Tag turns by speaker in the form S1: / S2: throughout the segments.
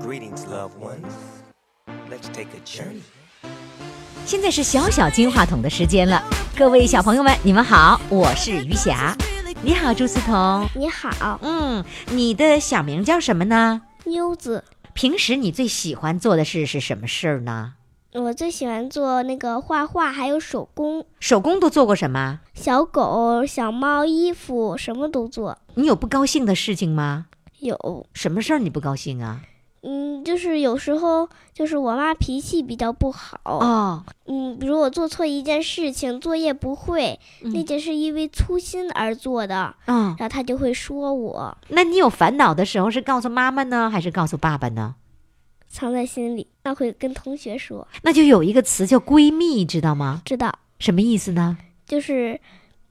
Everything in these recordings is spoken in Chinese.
S1: Greetings, loved ones. Let's take a journey.
S2: 现在是小小金话筒的时间了，各位小朋友们，你们好，我是于霞。你好，朱思彤。
S3: 你好，
S2: 嗯，你的小名叫什么呢？
S3: 妞子。
S2: 平时你最喜欢做的事是什么事儿呢？
S3: 我最喜欢做那个画画，还有手工，
S2: 手工都做过什么？
S3: 小狗、小猫、衣服，什么都做。
S2: 你有不高兴的事情吗？
S3: 有，
S2: 什么事儿你不高兴啊？
S3: 嗯，就是有时候就是我妈脾气比较不好，
S2: 哦，
S3: 嗯，比如我做错一件事情，作业不会，那件事因为粗心而做的，
S2: 嗯，
S3: 然后她就会说我，
S2: 那你有烦恼的时候是告诉妈妈呢，还是告诉爸爸呢？
S3: 藏在心里，那会跟同学说，
S2: 那就有一个词叫闺蜜，知道吗？
S3: 知道，
S2: 什么意思呢？
S3: 就是，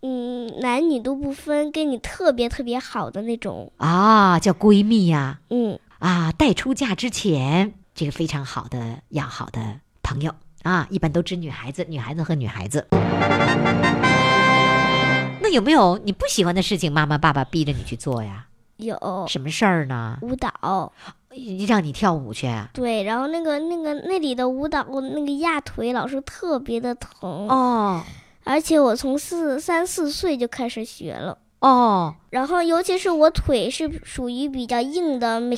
S3: 嗯，男女都不分，跟你特别特别好的那种，
S2: 啊，叫闺蜜呀、
S3: 嗯，
S2: 啊，待出嫁之前，这个非常好的要好的朋友啊，一般都指女孩子，女孩子和女孩子。那有没有你不喜欢的事情，妈妈爸爸逼着你去做呀？
S3: 有
S2: 什么事儿呢？
S3: 舞蹈。
S2: 让你跳舞去？啊
S3: 对，然后那个那个那里的舞蹈，我那个压腿老是特别的疼，
S2: 哦
S3: 而且我从四三四岁就开始学了。
S2: 哦，
S3: 然后，尤其是我腿是属于比较硬的，每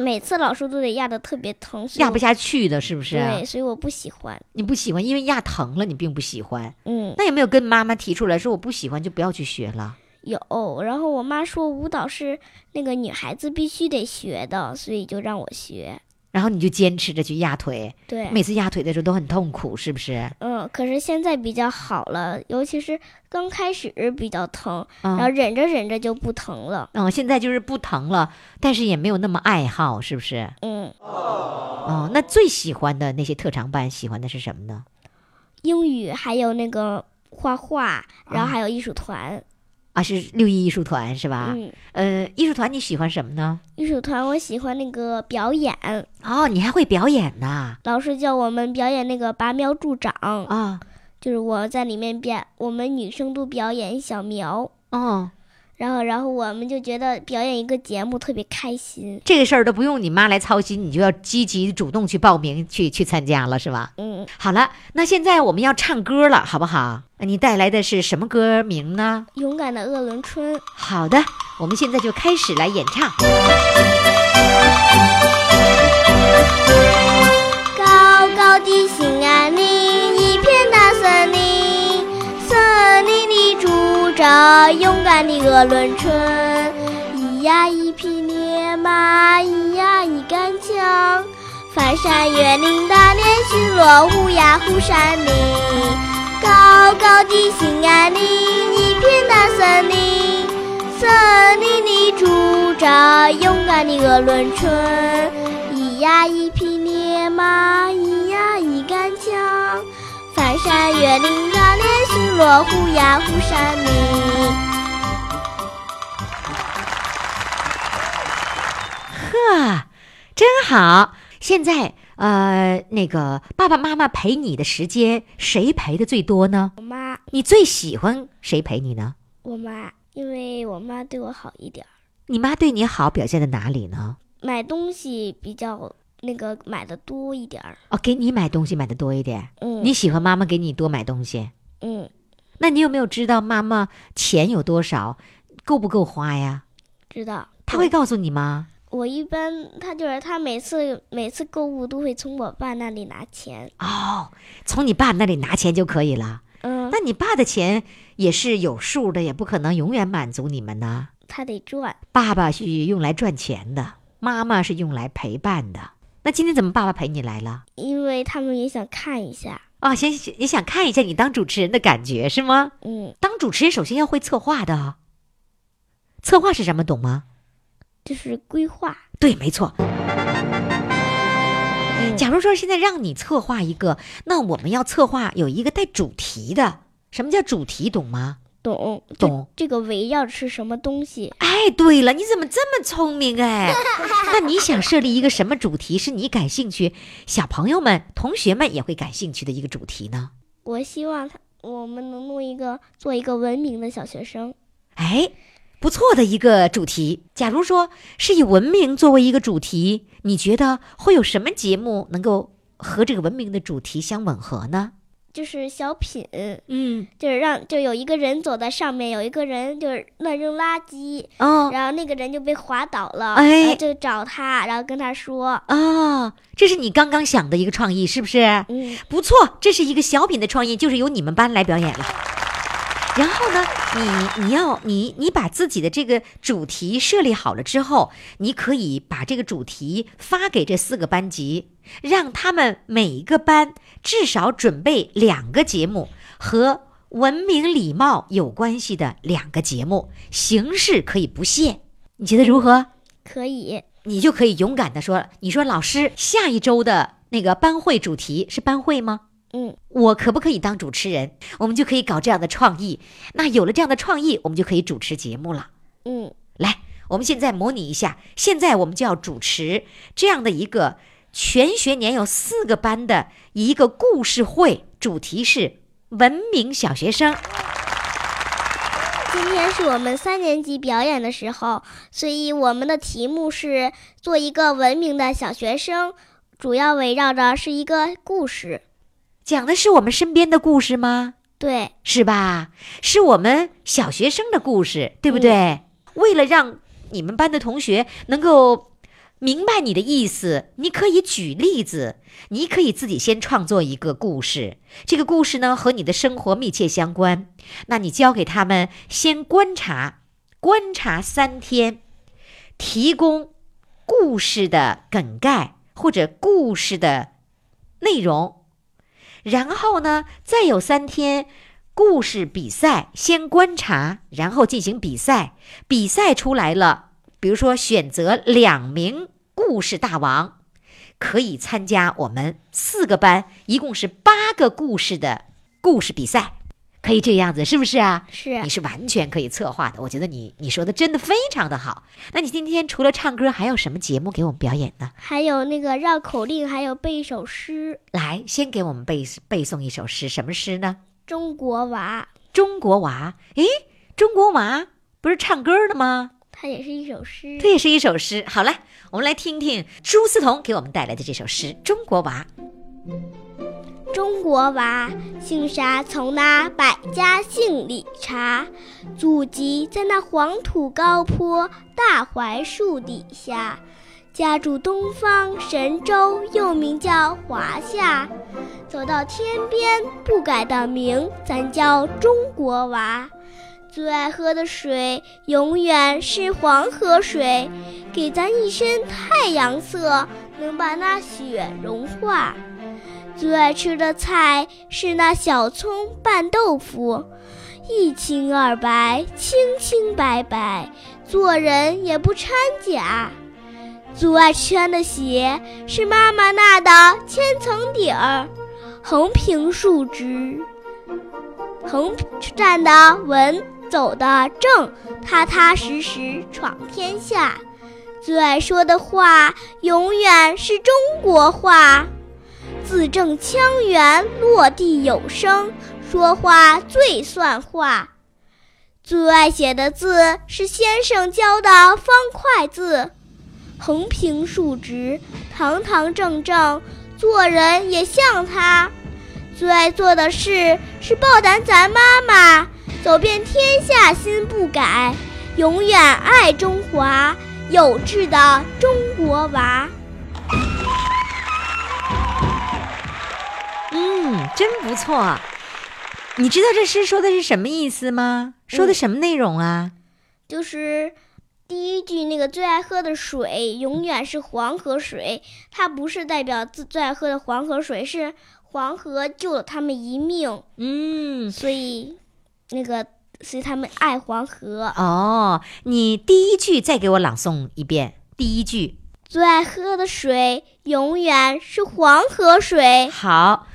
S3: 每次老师都得压得特别疼，所以
S2: 压
S3: 我
S2: 不下去的，是不是？
S3: 对，所以我不喜欢。
S2: 你不喜欢，因为压疼了，你并不喜欢。
S3: 嗯，
S2: 那有没有跟妈妈提出来说我不喜欢就不要去学了？
S3: 有。然后我妈说舞蹈是那个女孩子必须得学的，所以就让我学。
S2: 然后你就坚持着去压腿，
S3: 对，
S2: 每次压腿的时候都很痛苦，是不是？
S3: 嗯，可是现在比较好了，尤其是刚开始比较疼，
S2: 嗯
S3: 然后忍着忍着就不疼了。
S2: 嗯，现在就是不疼了，但是也没有那么爱好，是不是？
S3: 嗯，
S2: 哦，那最喜欢的那些特长班，喜欢的是什么呢？
S3: 英语还有那个画画，然后还有艺术团。
S2: 啊，是六一艺术团是吧？
S3: 嗯，
S2: 呃，艺术团你喜欢什么呢？
S3: 艺术团我喜欢那个表演，
S2: 哦，你还会表演呐？
S3: 老师叫我们表演那个拔苗助长，
S2: 啊，
S3: 就是我在里面表，我们女生都表演小苗。
S2: 哦，
S3: 然后，然后我们就觉得表演一个节目特别开心。
S2: 这个事儿都不用你妈来操心，你就要积极主动去报名去去参加了，是吧？
S3: 嗯，
S2: 好了，那现在我们要唱歌了，好不好？你带来的是什么歌名呢？
S3: 勇敢的鄂伦春，
S2: 好的，我们现在就开始来演唱。
S3: 高高的兴安岭，一片大森林，森林里住着勇敢的鄂伦春。咿呀一匹烈马，咿呀一杆枪，翻山越岭的连续落户呀虎山岭。高高的兴安岭，一片大森林，森林里住着勇敢的鄂伦春。咿呀一匹烈马，咿呀一杆枪，翻山越岭的连续落户呀虎山岭。
S2: 呵，啊真好！现在呃，那个爸爸妈妈陪你的时间，谁陪的最多呢？
S3: 我妈，
S2: 你最喜欢谁陪你呢？
S3: 我妈，因为我妈对我好一点儿，
S2: 你妈对你好表现在哪里呢？
S3: 买东西比较那个买的多一点儿。
S2: 哦，给你买东西买的多一点，
S3: 嗯，
S2: 你喜欢妈妈给你多买东西。
S3: 嗯，
S2: 那你有没有知道妈妈钱有多少，够不够花呀？
S3: 知道。
S2: 她会告诉你吗？
S3: 我一般，她就是她每次每次购物都会从我爸那里拿钱。
S2: 哦，从你爸那里拿钱就可以了。
S3: 嗯，
S2: 那你爸的钱也是有数的，也不可能永远满足你们呐。
S3: 她得赚。
S2: 爸爸是用来赚钱的，妈妈是用来陪伴的。那今天怎么爸爸陪你来了？
S3: 因为他们也想看一下，
S2: 啊、先也想看一下你当主持人的感觉是吗？
S3: 嗯，
S2: 当主持人首先要会策划的啊，策划是什么懂吗？
S3: 就是规划。
S2: 对，没错。
S3: 嗯
S2: 假如说现在让你策划一个，那我们要策划有一个带主题的。什么叫主题？懂吗？
S3: 懂就
S2: 懂。
S3: 这个围绕是什么东西？
S2: 哎，对了，你怎么这么聪明哎？那你想设立一个什么主题是你感兴趣，小朋友们、同学们也会感兴趣的一个主题呢？
S3: 我希望他我们能弄一个做一个文明的小学生，
S2: 哎，不错的一个主题。假如说是以文明作为一个主题，你觉得会有什么节目能够和这个文明的主题相吻合呢？
S3: 就是小品，
S2: 嗯，
S3: 就是让就有一个人走在上面，有一个人就是乱扔垃圾，
S2: 哦
S3: 然后那个人就被滑倒了，
S2: 哎
S3: 然后就找他，然后跟他说，
S2: 哦，这是你刚刚想的一个创意，是不是？
S3: 嗯，
S2: 不错，这是一个小品的创意，就是由你们班来表演了。然后呢，你你要你你把自己的这个主题设立好了之后，你可以把这个主题发给这四个班级，让他们每一个班至少准备两个节目和文明礼貌有关系的两个节目，形式可以不限，你觉得如何？
S3: 可以，
S2: 你就可以勇敢的说，你说老师，下一周的那个班会主题是班会吗？
S3: 嗯，
S2: 我可不可以当主持人？我们就可以搞这样的创意。那有了这样的创意，我们就可以主持节目了。
S3: 嗯，
S2: 来，我们现在模拟一下，现在我们就要主持这样的一个全学年有四个班的一个故事会，主题是文明小学生。
S3: 今天是我们三年级表演的时候，所以我们的题目是做一个文明的小学生，主要围绕着是一个故事，
S2: 讲的是我们身边的故事吗？
S3: 对，
S2: 是吧？是我们小学生的故事，对不对？为了让你们班的同学能够明白你的意思，你可以举例子，你可以自己先创作一个故事。这个故事呢和你的生活密切相关，那你交给他们先观察，观察三天，提供故事的梗概或者故事的内容。然后呢，再有三天故事比赛，先观察，然后进行比赛。比赛出来了，比如说选择两名故事大王，可以参加我们四个班，一共是八个故事的故事比赛，可以这样子，是不是啊？
S3: 是
S2: 你，是完全可以策划的，我觉得你你说的真的非常的好。那你今天除了唱歌，还有什么节目给我们表演呢？
S3: 还有那个绕口令，还有背一首诗，
S2: 来，先给我们背背诵一首诗，什么诗呢？
S3: 中国娃，
S2: 中国娃，诶，中国娃不是唱歌的吗？
S3: 它也是一首诗，
S2: 这也是一首诗。好了，我们来听听朱思彤给我们带来的这首诗《中国娃》。
S3: 中国娃，姓啥从那百家姓里查，祖籍在那黄土高坡大槐树底下，家住东方神州，又名叫华夏。走到天边不改的名，咱叫中国娃。最爱喝的水永远是黄河水，给咱一身太阳色，能把那雪融化。最爱吃的菜是那小葱拌豆腐，一清二白，清清白白，做人也不掺假。最爱穿的鞋是妈妈纳的千层底儿，横平竖直，横站的稳，走的正，踏踏实实闯天下。最爱说的话永远是中国话。字正腔圆，落地有声，说话最算话。最爱写的字是先生教的方块字，横平竖直，堂堂正正，做人也像他。最爱做的事是报答咱妈妈，走遍天下心不改，永远爱中华，有志的中国娃。
S2: 嗯，真不错。你知道这诗说的是什么意思吗？说的什么内容啊？
S3: 就是第一句那个最爱喝的水永远是黄河水，它不是代表自最爱喝的黄河水，是黄河救了他们一命，
S2: 嗯，
S3: 所以那个所以他们爱黄河。
S2: 哦，你第一句再给我朗诵一遍。第一句
S3: 最爱喝的水永远是黄河水，
S2: 好，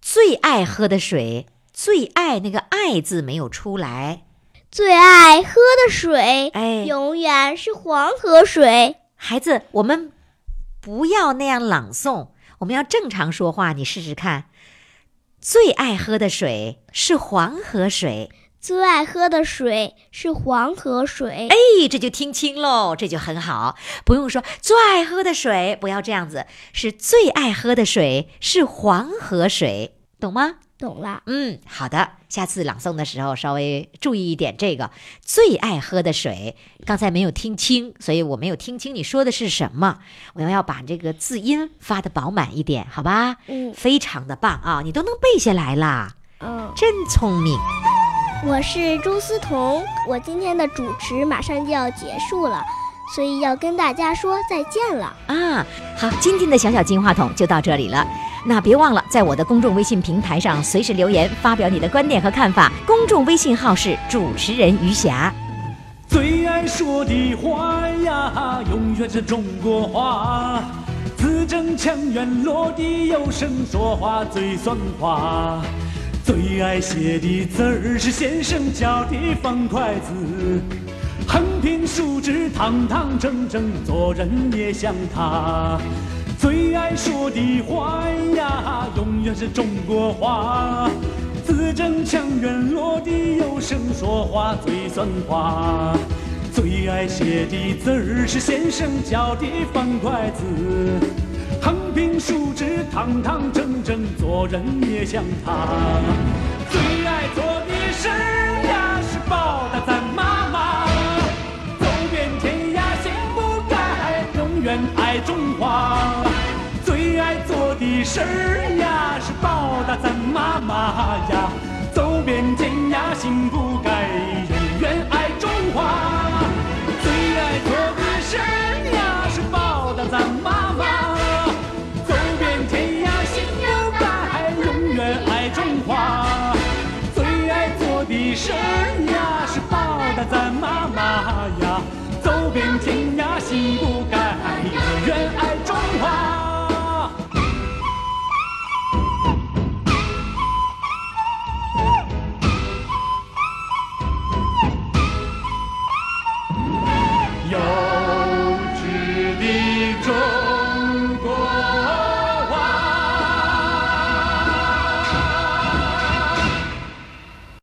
S2: 最爱喝的水，最爱那个“爱”字没有出来。
S3: 最爱喝的水
S2: 哎，
S3: 永远是黄河水。
S2: 孩子，我们不要那样朗诵，我们要正常说话。你试试看，最爱喝的水是黄河水，
S3: 最爱喝的水是黄河水。
S2: 哎，这就听清喽，这就很好，不用说最爱喝的水，不要这样子，是最爱喝的水是黄河水，懂吗？
S3: 懂了，
S2: 嗯，好的，下次朗诵的时候稍微注意一点这个最爱喝的水。刚才没有听清，所以我没有听清你说的是什么。我们要把这个字音发的饱满一点，好吧？
S3: 嗯
S2: 非常的棒啊，你都能背下来啦，
S3: 嗯，
S2: 真聪明。
S3: 我是朱思彤，我今天的主持马上就要结束了，所以要跟大家说再见了。
S2: 啊，好，今天的小小金话筒就到这里了。那别忘了在我的公众微信平台上随时留言，发表你的观点和看法。公众微信号是主持人余霞。
S4: 最爱说的话呀，永远是中国话。字正腔圆，落地有声，说话最算话。最爱写的字儿是先生教的方块字，横平竖直，堂堂正正，做人也像他。最爱说的话呀，永远是中国话。字正腔圆，落地有声，说话最算话。最爱写的字儿是先生教的方块字，横平竖直，堂堂正正，做人也像他。最爱做的事儿呀，是报答咱妈妈。走遍天涯心不改，永远爱中华。最爱做的事儿呀，是报答咱妈妈呀。走遍天涯心